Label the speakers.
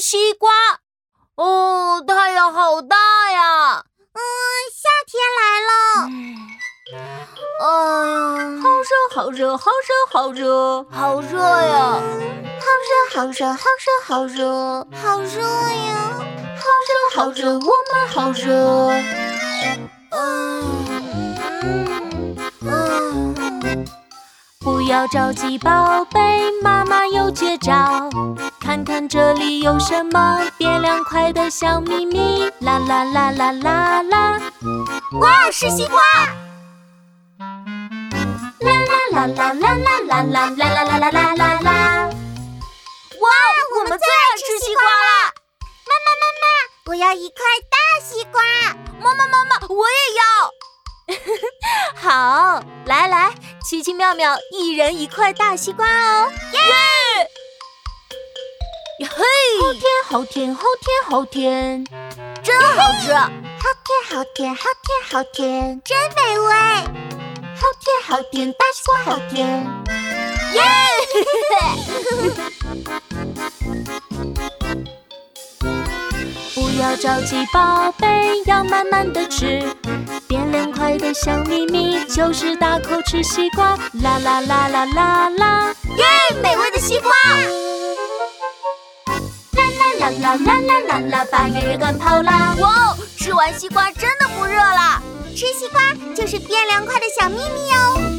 Speaker 1: 西瓜。哦，太阳好大呀！
Speaker 2: 嗯，夏天来了，嗯
Speaker 1: 哎呀，
Speaker 3: 好热，好热，好热，好热。
Speaker 1: 好热呀！
Speaker 2: 好热，好热，好热，好热呀！好热，好热，我们好热。嗯
Speaker 3: 不要着急，宝贝，妈妈有绝招。看看这里有什么变凉快的小秘密，啦啦啦啦啦啦，
Speaker 2: 哇，是西瓜！
Speaker 3: 啦啦啦啦啦啦啦啦啦啦啦啦啦。
Speaker 1: 哇，我们最爱吃西瓜啦！
Speaker 2: 我要一块大西瓜。
Speaker 1: 妈妈，妈妈，我也要。
Speaker 3: 好，来来，奇奇妙妙，一人一块大西瓜哦。
Speaker 1: 嘿，好
Speaker 3: 天，好甜，好甜，好甜。
Speaker 1: 吃！
Speaker 2: 好甜，好甜，好甜，真美味！好甜，好甜，大西瓜好甜。
Speaker 3: 不要着急，宝贝，要慢慢的吃。变凉快的小秘密就是大口吃西瓜，啦啦啦啦啦啦，
Speaker 1: 美味的西瓜。
Speaker 3: 啦啦啦啦啦啦，把月干跑啦。
Speaker 1: 哇，吃完西瓜真的不热啦！
Speaker 2: 吃西瓜就是变凉快的小秘密哦。